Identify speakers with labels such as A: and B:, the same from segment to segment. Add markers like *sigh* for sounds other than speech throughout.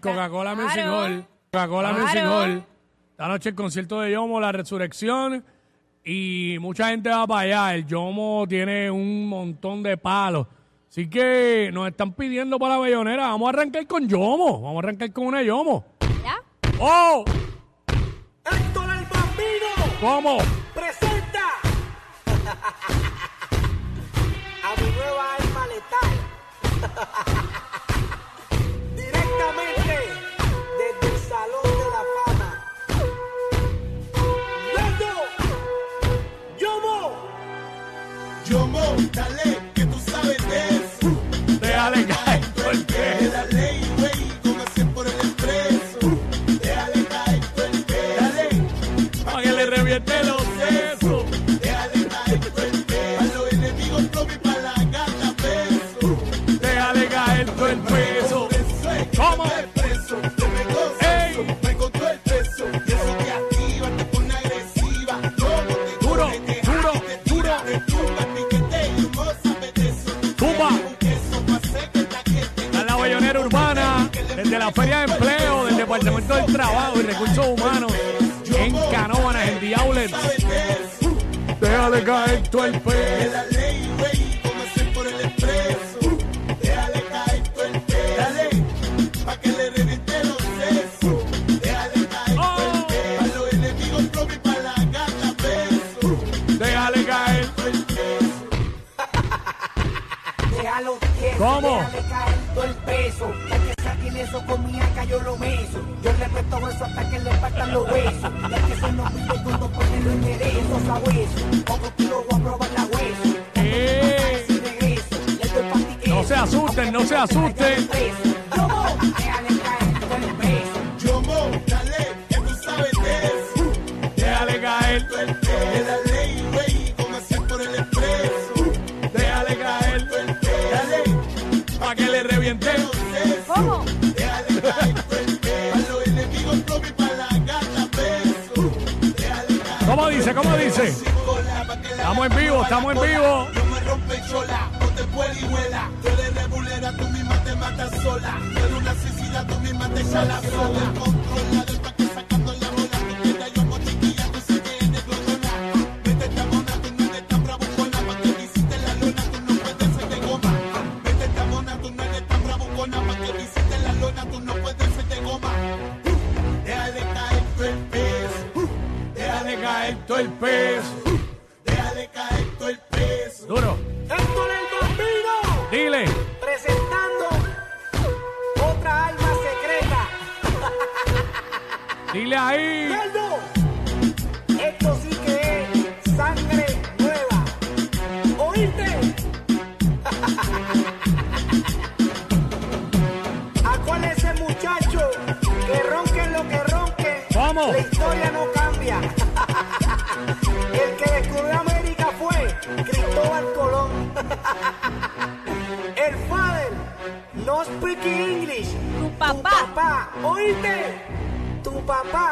A: Coca-Cola
B: Claro.
A: Music Hall. Coca-Cola
B: Claro.
A: Music Hall. Esta noche el concierto de Yomo, la resurrección. Y mucha gente va para allá. El Yomo tiene un montón de palos. Así que nos están pidiendo para la bellonera. Vamos a arrancar con Yomo. Vamos a arrancar con una Yomo.
B: ¿Ya?
A: ¡Oh!
C: Héctor el Bambino
A: ¿Cómo?
C: presenta *laughs* a mi nueva alma letal. *laughs* Directamente desde el Salón de la Fama. Lando Yomo.
D: Yomo, dale, que tú sabes de eso.
A: Déjale caer.
D: Que la ley, güey, con acción por el expreso. Déjale caer tu el dale,
A: Para que le reviente los sesos.
D: déjale caer tu el A los enemigos promi pa' la gata peso.
A: Déjale caer todo el peso.
D: Eso es que
A: ¿Cómo?
D: me va preso, yo me gozo,
A: ¡Ey!
D: me contó el peso. Y eso te activa, te pone agresiva. Como te
A: Duro,
D: coge, te
A: duro,
D: jala, te tira,
A: duro.
D: te tumba, piquete y no sabes de eso.
A: Tumba.
D: Un queso pa' hacer que la gente
A: A la Bayonera Urbana, desde la Feria de Empleo, del Departamento del Trabajo y Recursos Humanos, en Canóvanas, en The Outlet. Déjale caer todo el pelo.
D: La ley, güey, como hacer por el expreso. Déjale caer tu el dale, pa' que le reviente los sesos. Déjale caer tu el
A: Oh.
D: pelo. A los enemigos propios pa' la gata beso.
A: Déjale caer.
C: Déjalo quieto,
A: ¿Cómo?
C: déjale caer todo el peso. Ya que saquen eso comía que yo lo beso. Yo le presto eso hasta que le faltan los huesos. Ya que se nos pide cuando ponen los enderezos a hueso. Poco tiro voy a probar la hueso.
A: Eh,
C: Si regreso, le doy pa' ti
A: No
C: eso.
A: se asusten, no se asusten.
C: Preso. Yo voy, déjale caer todo el peso.
D: Yo mo, dale, que tú sabes de eso.
A: Déjale caer.
D: Tu el pelo. La ley, güey, como hacer por el expreso.
A: Déjale caer.
D: Tu el pelo. Dale,
A: Pa' que le reviente.
D: los sesos.
B: ¿Cómo?
D: Déjale caer tu el pelo. A los enemigos propios pa' la gata beso. Déjale caer.
A: ¿Cómo dice? ¿Cómo dice?
D: Estamos
A: en vivo, estamos en vivo.
D: No me rompe chola, no te puedes huela. Tú eres rebulera, tú misma te matas sola. Tú eres una suicida, tú misma te echas la sola. Controla del parque sacando la bola. Tú quieres yo con chiquilla, tú sé que eres glotona. Vete esta mona, tú no eres tan bravucona. Pa' que visite la lona, tú no puedes ser de goma. Vete esta mona, tú no eres tan bravucona. Pa' que visite la lona, tú no puedes ser de goma. Uh, Déjale caer tu el peso. Uh,
A: Déjale caer todo el peso.
D: Déjale caer todo el peso.
A: Duro.
C: Héctor el Bambino
A: Dile.
C: presentando otra alma secreta.
A: Dile ahí.
C: Aldo, Esto sí que es sangre nueva. ¿Oíste? *laughs* ¿A cuál es ese muchacho? Que ronque lo que ronque.
A: ¿Cómo?
C: La historia no cambia. *laughs* El que descubrió América fue Cristóbal Colón. *laughs* El father no speak English.
B: Tu papá.
C: Tu papá, oíste. Tu papá.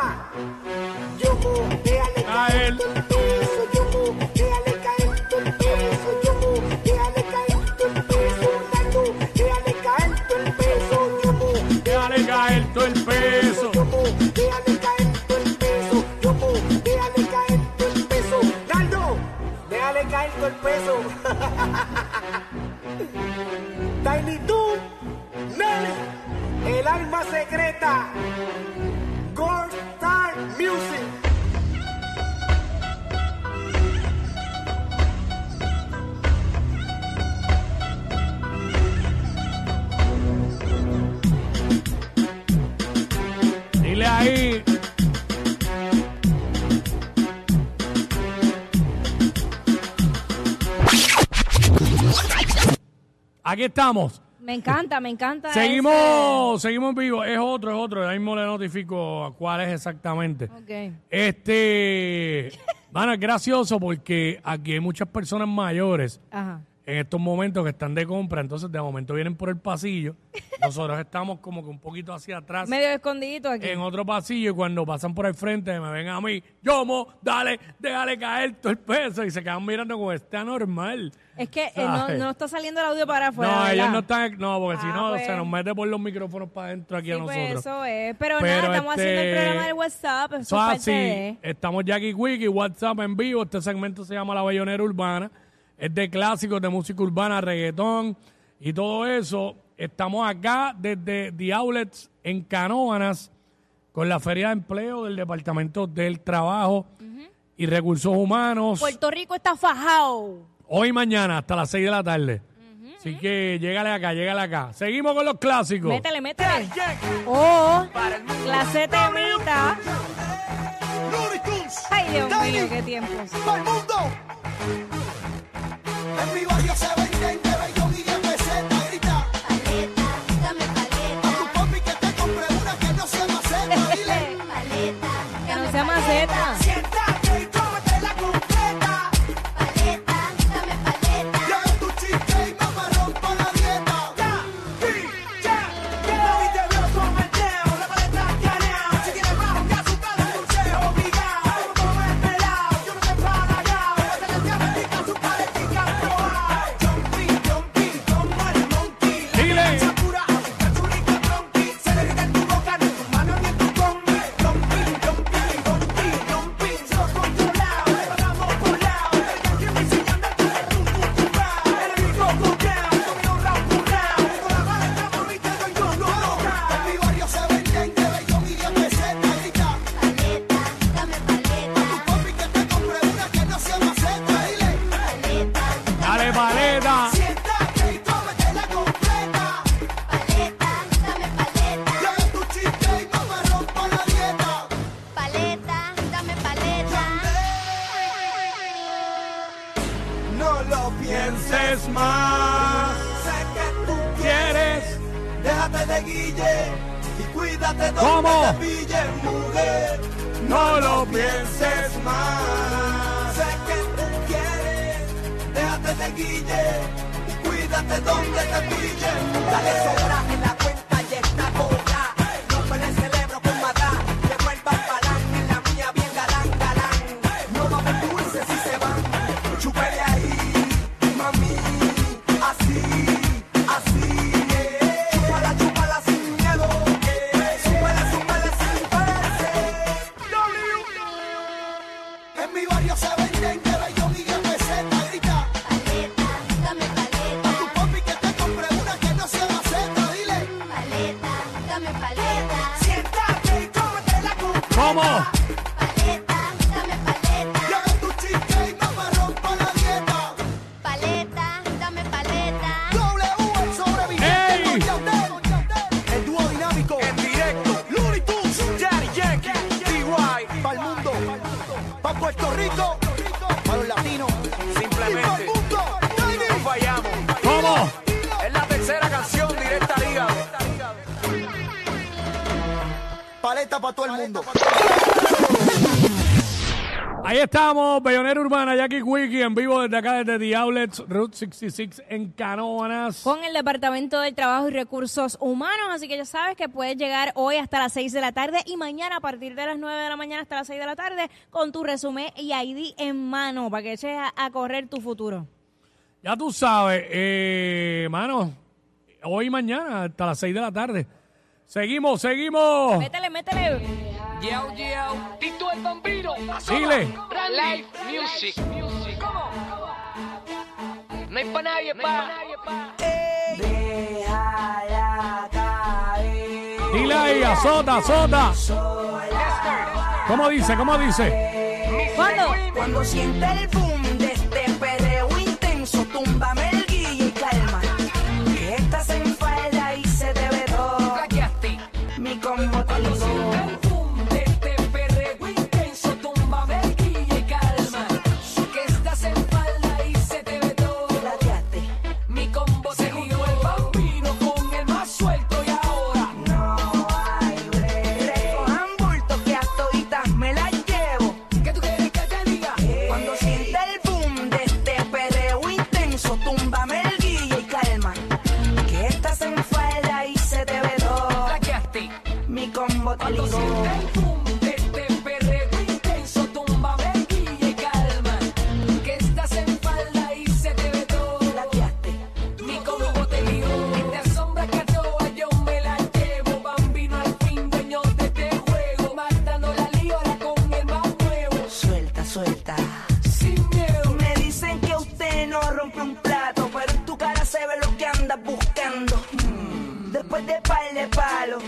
C: Yo mo, déjale
A: Caer.
C: caer todo el peso. Yo mo, déjale caer todo el peso. Yo mo, déjale caer todo el peso. Nando, déjale caer todo el peso. Yo mo,
A: Déjale caer todo el peso.
C: yo mo, déjale caer todo el peso. Yo mo, déjale caer todo el peso. Nando, déjale caer todo el peso. *laughs* Tiny Toon, Nelly, el alma secreta. Gold Star Music.
A: Dile ahí. Aquí estamos.
B: Me encanta, me encanta.
A: Seguimos, seguimos vivos. Es otro, es otro. Ahora mismo le notifico a cuál es exactamente.
B: ese- Ok.
A: Este, *laughs* bueno, es gracioso porque aquí hay muchas personas mayores
B: Ajá.
A: en estos momentos que están de compra, entonces de momento vienen por el
B: *laughs*
A: pasillo. Nosotros estamos como que un poquito hacia atrás
B: Medio escondidito aquí.
A: en otro pasillo y cuando pasan por el frente me ven a mí, Yomo, dale, déjale caer todo el peso y se quedan mirando como "Este está normal.
B: Es que eh, no,
A: ¿Sabes?
B: no está saliendo el audio para afuera.
A: no, ellos
B: ¿verdad?
A: no están, no, porque si
B: Ah,
A: no
B: pues.
A: se nos mete por los micrófonos para adentro aquí
B: Sí,
A: a
B: pues,
A: nosotros.
B: eso es. Pero,
A: Pero,
B: nada, estamos haciendo el
A: este,
B: programa del WhatsApp. Eso es
A: Eso
B: parte
A: es así.
B: de.
A: Estamos Jackie Quickie, WhatsApp en vivo. Este segmento se llama La Bayonera Urbana. Es de clásicos, de música urbana, reggaetón y todo eso. Estamos acá desde The Outlets en Canóvanas con la Feria de Empleo del Departamento del Trabajo y Recursos Humanos.
B: Puerto Rico está fajado.
A: Hoy y mañana hasta las 6 de la tarde. Así que llégale acá, llégale acá. Seguimos con los clásicos.
B: Métele, métele. Oh, clase temita.
D: Looney Tunes.
B: Ay, Dios mío,
D: Tiny.
B: qué tiempos.
D: ¡Pa'l mundo! En mi barrio se venden de bellón y de peseta, grita.
E: Paleta, dame paleta,
D: A tu papi que te compre una que no sea maceta, dile.
E: paleta,
B: Que no sea maceta.
D: Siéntate y cómete la completa.
E: paleta, dame paleta.
D: Lleva tu chica y mamarrón pa' la dieta. Ya, ya, que nadie te vio someteo, la paleta tiene. Si tienes bajo, que asustar el museo, obligado. Algo como esperado, yo no te para allá. Esa es la diabética, su paletica, proa. Jumpy, jumpy, como el monkey.
A: Dile.
D: Pura, ahorita chulita, tronqui. Se derrite en tu boca, ni en tu mano, ni en tu combi. Jumpy, jumpy, jumpy, jumpy. Se los controlao, le pagamos por lao. El yankee me enseñando el tuyo, tu, tu, tu, rao. El rico cuqueao, comido rao, tu, rao. Con la paleta bonita, doy yo, no, no, rao. En mi barrio se venden de bellón y de peseta, grita.
E: Paleta, dame paleta,
D: Tu papi que te compre una que no sea maceta, dile.
E: paleta,
A: Dale paleta.
D: Siéntate y cómete la completa.
E: paleta, dame paleta.
D: Lleva tu chiste y mamarrón pa' la dieta.
E: Paleta, dame paleta.
D: No lo pienses más. Sé que tú
A: ¿Quieres?
D: Déjate de guille y cuídate donde
A: ¿Cómo?
D: te pille, mujer.
A: No lo
D: pienses más. Sé que tú quieres. Déjate de guille y cuídate donde te pille, mujer. Dale sobra en la cuenta y está cobrada. Rompe el cerebro con matá. Que vuelva el balán en la mía bien galán, galán. No mames dulces si se van. Chúpele ahí, mami. Así, así. eh. Chúpala, chúpala sin miedo. eh. Súbele, súbele sin perderse. En mi barrio se venden de bello y de peseta, grita.
E: Paleta, dame
D: A
E: paleta.
D: tu papi que te compre una que no sea maceta, dile.
E: Paleta, dame paleta.
D: Siéntate y cómete la completa.
A: ¿Cómo?
E: Paleta, dame paleta.
D: Lleva tu chica y mamarrón pa' la dieta.
E: Paleta, dame paleta.
D: W, el sobreviviente,
A: ¡Ey!
D: Coyote. El dúo dinámico, en directo. Looney Tunes, Daddy Yankee, DY. Pa'l mundo, pa' Puerto Rico, pa' los latinos. Y pa'l
F: Simplemente
D: mundo, Tiny.
F: no fallamos.
A: ¿Cómo?
F: Es la tercera canción directa al hígado.
D: Paleta pa' todo el mundo.
A: Ahí estamos, Bellonera Urbana, Jackie Quickie, en vivo desde acá, desde The Outlets, Route 66 en Canoanas.
B: Con el Departamento del Trabajo y Recursos Humanos. Así que ya sabes que puedes llegar hoy hasta las 6 de la tarde y mañana a partir de las 9 de la mañana hasta las 6 de la tarde con tu resumen y ID en mano para que eches a, a correr tu futuro.
A: Ya tú sabes, eh, mano, hoy y mañana hasta las 6 de la tarde. Seguimos, seguimos.
B: Métele, métele.
G: Yo, yo. Tito el Bambino.
A: Chile.
G: Live Music. No hay pa' nadie, pa.
A: Dile ahí, azota, azota. ¿Cómo dice? ¿Cómo dice?
B: ¿Cuándo?
H: Cuando sienta el boom de este perreo intenso, túmbame el guille y calma. Que estás en falda y se te ve todo.
G: Plaqueaste.
H: Mi combo contigo.
G: El boom de este perreo intenso, tumba verguilla y calma. Que estás en falda y se te ve todo.
H: Plateaste.
G: Mi combo seguido el bambino
H: este combo te
G: Cuando
H: ligó.
G: sienta el boom de este perreo intenso, túmbame el guille y calma. Que estás en falda y se te ve todo.
H: Plateaste.
G: Mi combo te lió. Y te asombra que a todas yo me la llevo. Bambino al fin, dueño de este juego. Matando la lío ahora con el más nuevo.
H: Suelta, suelta.
G: Sin miedo.
H: Me dicen que usted no rompe un plato, pero en tu cara se ve lo que andas buscando. Mm. Después de par de palo,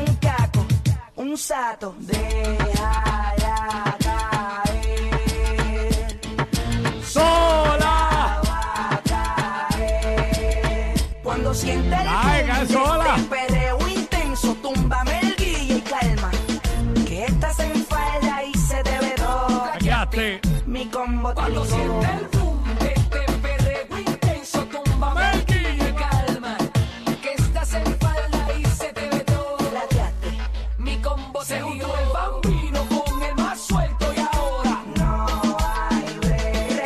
H: un caco, un sato. Déjala caer.
A: ¡Sola!
H: Cuando siente el
A: Ay,
H: boom de
A: Casola.
H: este perreo intenso, túmbame el guille y calma. Que estás en falda y se te ve todo.
A: Hackeaste.
H: Mi combo te
G: Cuando
H: ligó.
G: sienta el boom de este perreo intenso, túmbame el guille y calma. Que estás en falda y se te ve todo.
H: Plateaste.
G: Mi combo se unió el bambino con el más suelto y ahora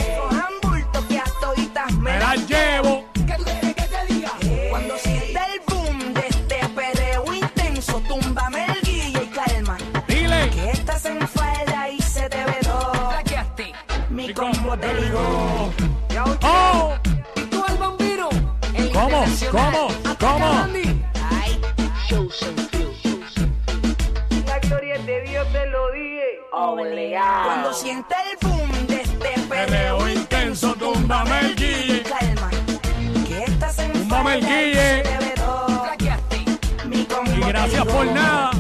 H: Recojan bulto que a toditas
A: Me
H: me
A: la llevo.
G: que tú quieres que te diga
H: Cuando sienta el boom de este perreo intenso, túmbame el guille y calma.
A: Dile.
H: Que estás en falda y se te ve todo.
G: plaqueaste
H: Mi combo te ligó.
A: ¡Oh!
G: y tú el bambino el
A: ¿Cómo?
G: internacional.
A: ¿Cómo?
G: Ataca,
A: ¿Cómo?
G: Randy.
H: La gloria de Dios te lo dije. Cuando sienta el boom de este perreo
A: Perreo intenso, túmbame el guille.
H: y calma. Que estás en
A: Túmbame el
H: falda y se
A: guille.
H: te ve todo.
G: Plaqueaste.
H: Mi combo
A: Y
H: te
A: gracias
H: ligó.
A: por nada.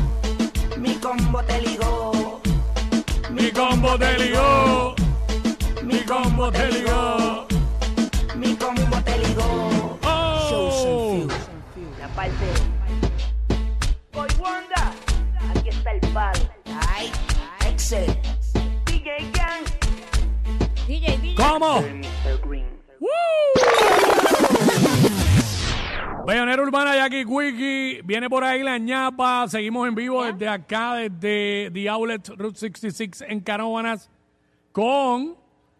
H: Mi combo te ligó.
A: Mi combo te ligó. Mi combo te ligó.
H: Mi combo te ligó.
A: ¡Oh!
H: La parte. Voy Wanda. Aquí está el palo. Ay, Excel. DJ Gang.
B: DJ, DJ.
A: ¿Cómo?
H: Mr. Green.
A: Bayonera Urbana, Jackie Quickie, viene por ahí la ñapa, seguimos en vivo desde acá, desde The Outlet Route 66 en Canóvanas, con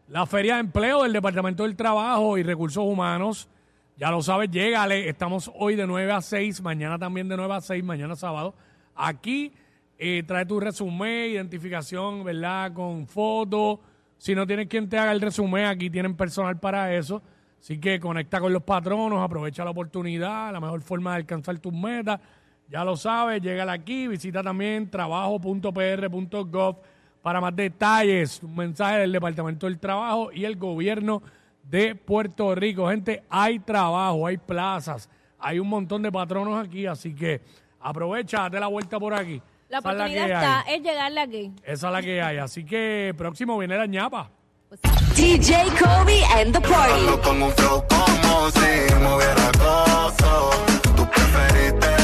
A: la Feria de Empleo del Departamento del Trabajo y Recursos Humanos. Ya lo sabes, llégale, estamos hoy de 9 a 6, mañana también de 9 a 6, mañana sábado. Aquí eh, trae tu resumen, identificación, ¿verdad? Con fotos. Si no tienes quien te haga el resumen, aquí tienen personal para eso. Así que conecta con los patronos, aprovecha la oportunidad, la mejor forma de alcanzar tus metas. Ya lo sabes, llégale aquí, visita también trabajo.pr.gov para más detalles. Un mensaje del Departamento del Trabajo y el gobierno de Puerto Rico. Gente, hay trabajo, hay plazas, hay un montón de patronos aquí, así que aprovecha, date la vuelta por aquí. Esa
B: La
A: es que
B: oportunidad
A: hay.
B: está, es llegarle aquí.
A: Esa es la que hay. Así que próximo viene la ñapa.
I: DJ Kobe and the party.
D: Con un flow como si me hubiera gozo. Tú preferiste